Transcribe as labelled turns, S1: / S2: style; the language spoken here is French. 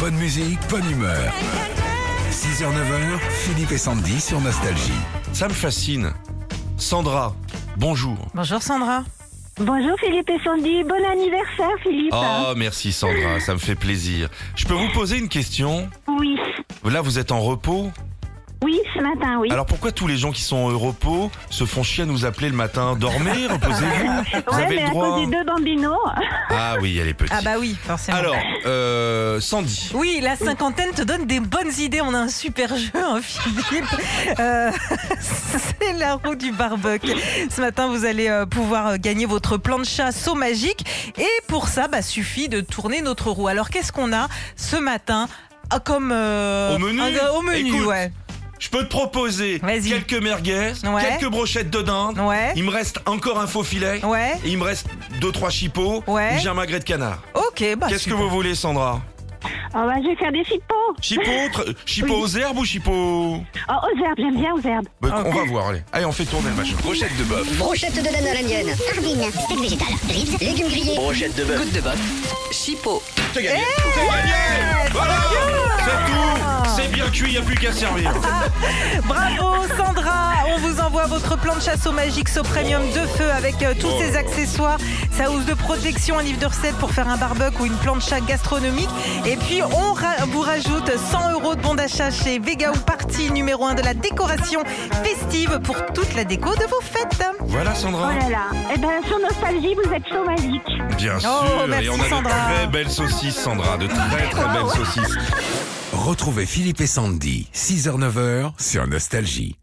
S1: Bonne musique, bonne humeur. 6h, 9h, Philippe et Sandy sur Nostalgie.
S2: Ça me fascine. Sandra, bonjour.
S3: Bonjour Sandra.
S4: Bonjour Philippe et Sandy, bon anniversaire Philippe.
S2: Ah, merci Sandra, ça me fait plaisir. Je peux vous poser une question
S4: Oui,
S2: Là, vous êtes en repos.
S4: oui, ce matin, oui.
S2: Alors pourquoi tous les gens qui sont en repos se font chier à nous appeler le matin Dormez, reposez-vous. Vous
S4: ouais,
S2: avez
S4: mais
S2: le
S4: à
S2: droit. hein.
S4: cause des deux bambinos.
S2: Ah oui, elle est petite.
S3: Ah bah oui, forcément.
S2: Alors, euh, Sandy.
S3: Oui, la cinquantaine te donne des bonnes idées. On a un super jeu, hein, Philippe. Euh, c'est la roue du barbecue. Ce matin, vous allez euh, pouvoir gagner votre plancha saut magique. Et pour ça, bah, suffit de tourner notre roue. Alors, qu'est-ce qu'on a ce matin Ah, comme euh,
S2: Au menu
S3: un- au menu,
S2: Écoute.
S3: ouais.
S2: Je peux te proposer
S3: Vas-y.
S2: quelques merguez,
S3: Ouais.
S2: quelques brochettes de dinde.
S3: Ouais.
S2: Il me reste encore un faux filet.
S3: Ouais.
S2: Et il me reste deux trois chipots.
S3: Ouais.
S2: Et j'ai un magret de canard.
S3: Ok, bah.
S2: Qu'est-ce que
S3: super.
S2: vous voulez, Sandra
S4: Oh, bah, je vais faire des chipots.
S2: Chipots tr- chipots
S4: Oui.
S2: euh, aux herbes ou chipots
S4: Oh, aux herbes, j'aime bien aux herbes.
S2: Bah,
S3: Ah,
S2: On va voir, allez. Allez, on fait tourner le machin.
S3: Eh,
S1: Rochette de bœuf.
S5: Brochette de dinde à la mienne. Sardines, steak végétal, riz, légumes grillés.
S6: Brochette de bœuf. Goutte de bœuf. Chipot.
S2: T'as gagné T'as gagné Voilà C'est tout C'est bien cuit, y a plus qu'à servir.
S3: Bravo Sandra On vous envoie votre plan de chasse au magique, ce premium de feu avec euh, tous ses accessoires, sa housse de protection, un livre de recettes pour faire un barbecue ou une plancha gastronomique. Et puis on ra- vous rajoute 100 euros de bon d'achat chez Vega ou Party numéro 1 de la décoration festive pour toute la déco de vos fêtes.
S2: Voilà,
S4: Oh
S2: Sandra
S4: là là. Eh ben, sur Nostalgie, vous êtes chaud magique.
S2: Bien sûr
S3: Oh,
S2: Et
S3: merci,
S2: on a
S3: Sandra.
S2: de très belles saucisses, Sandra. De très très belles saucisses.
S1: Retrouvez Philippe et Sandy, 6h, 9h sur Nostalgie.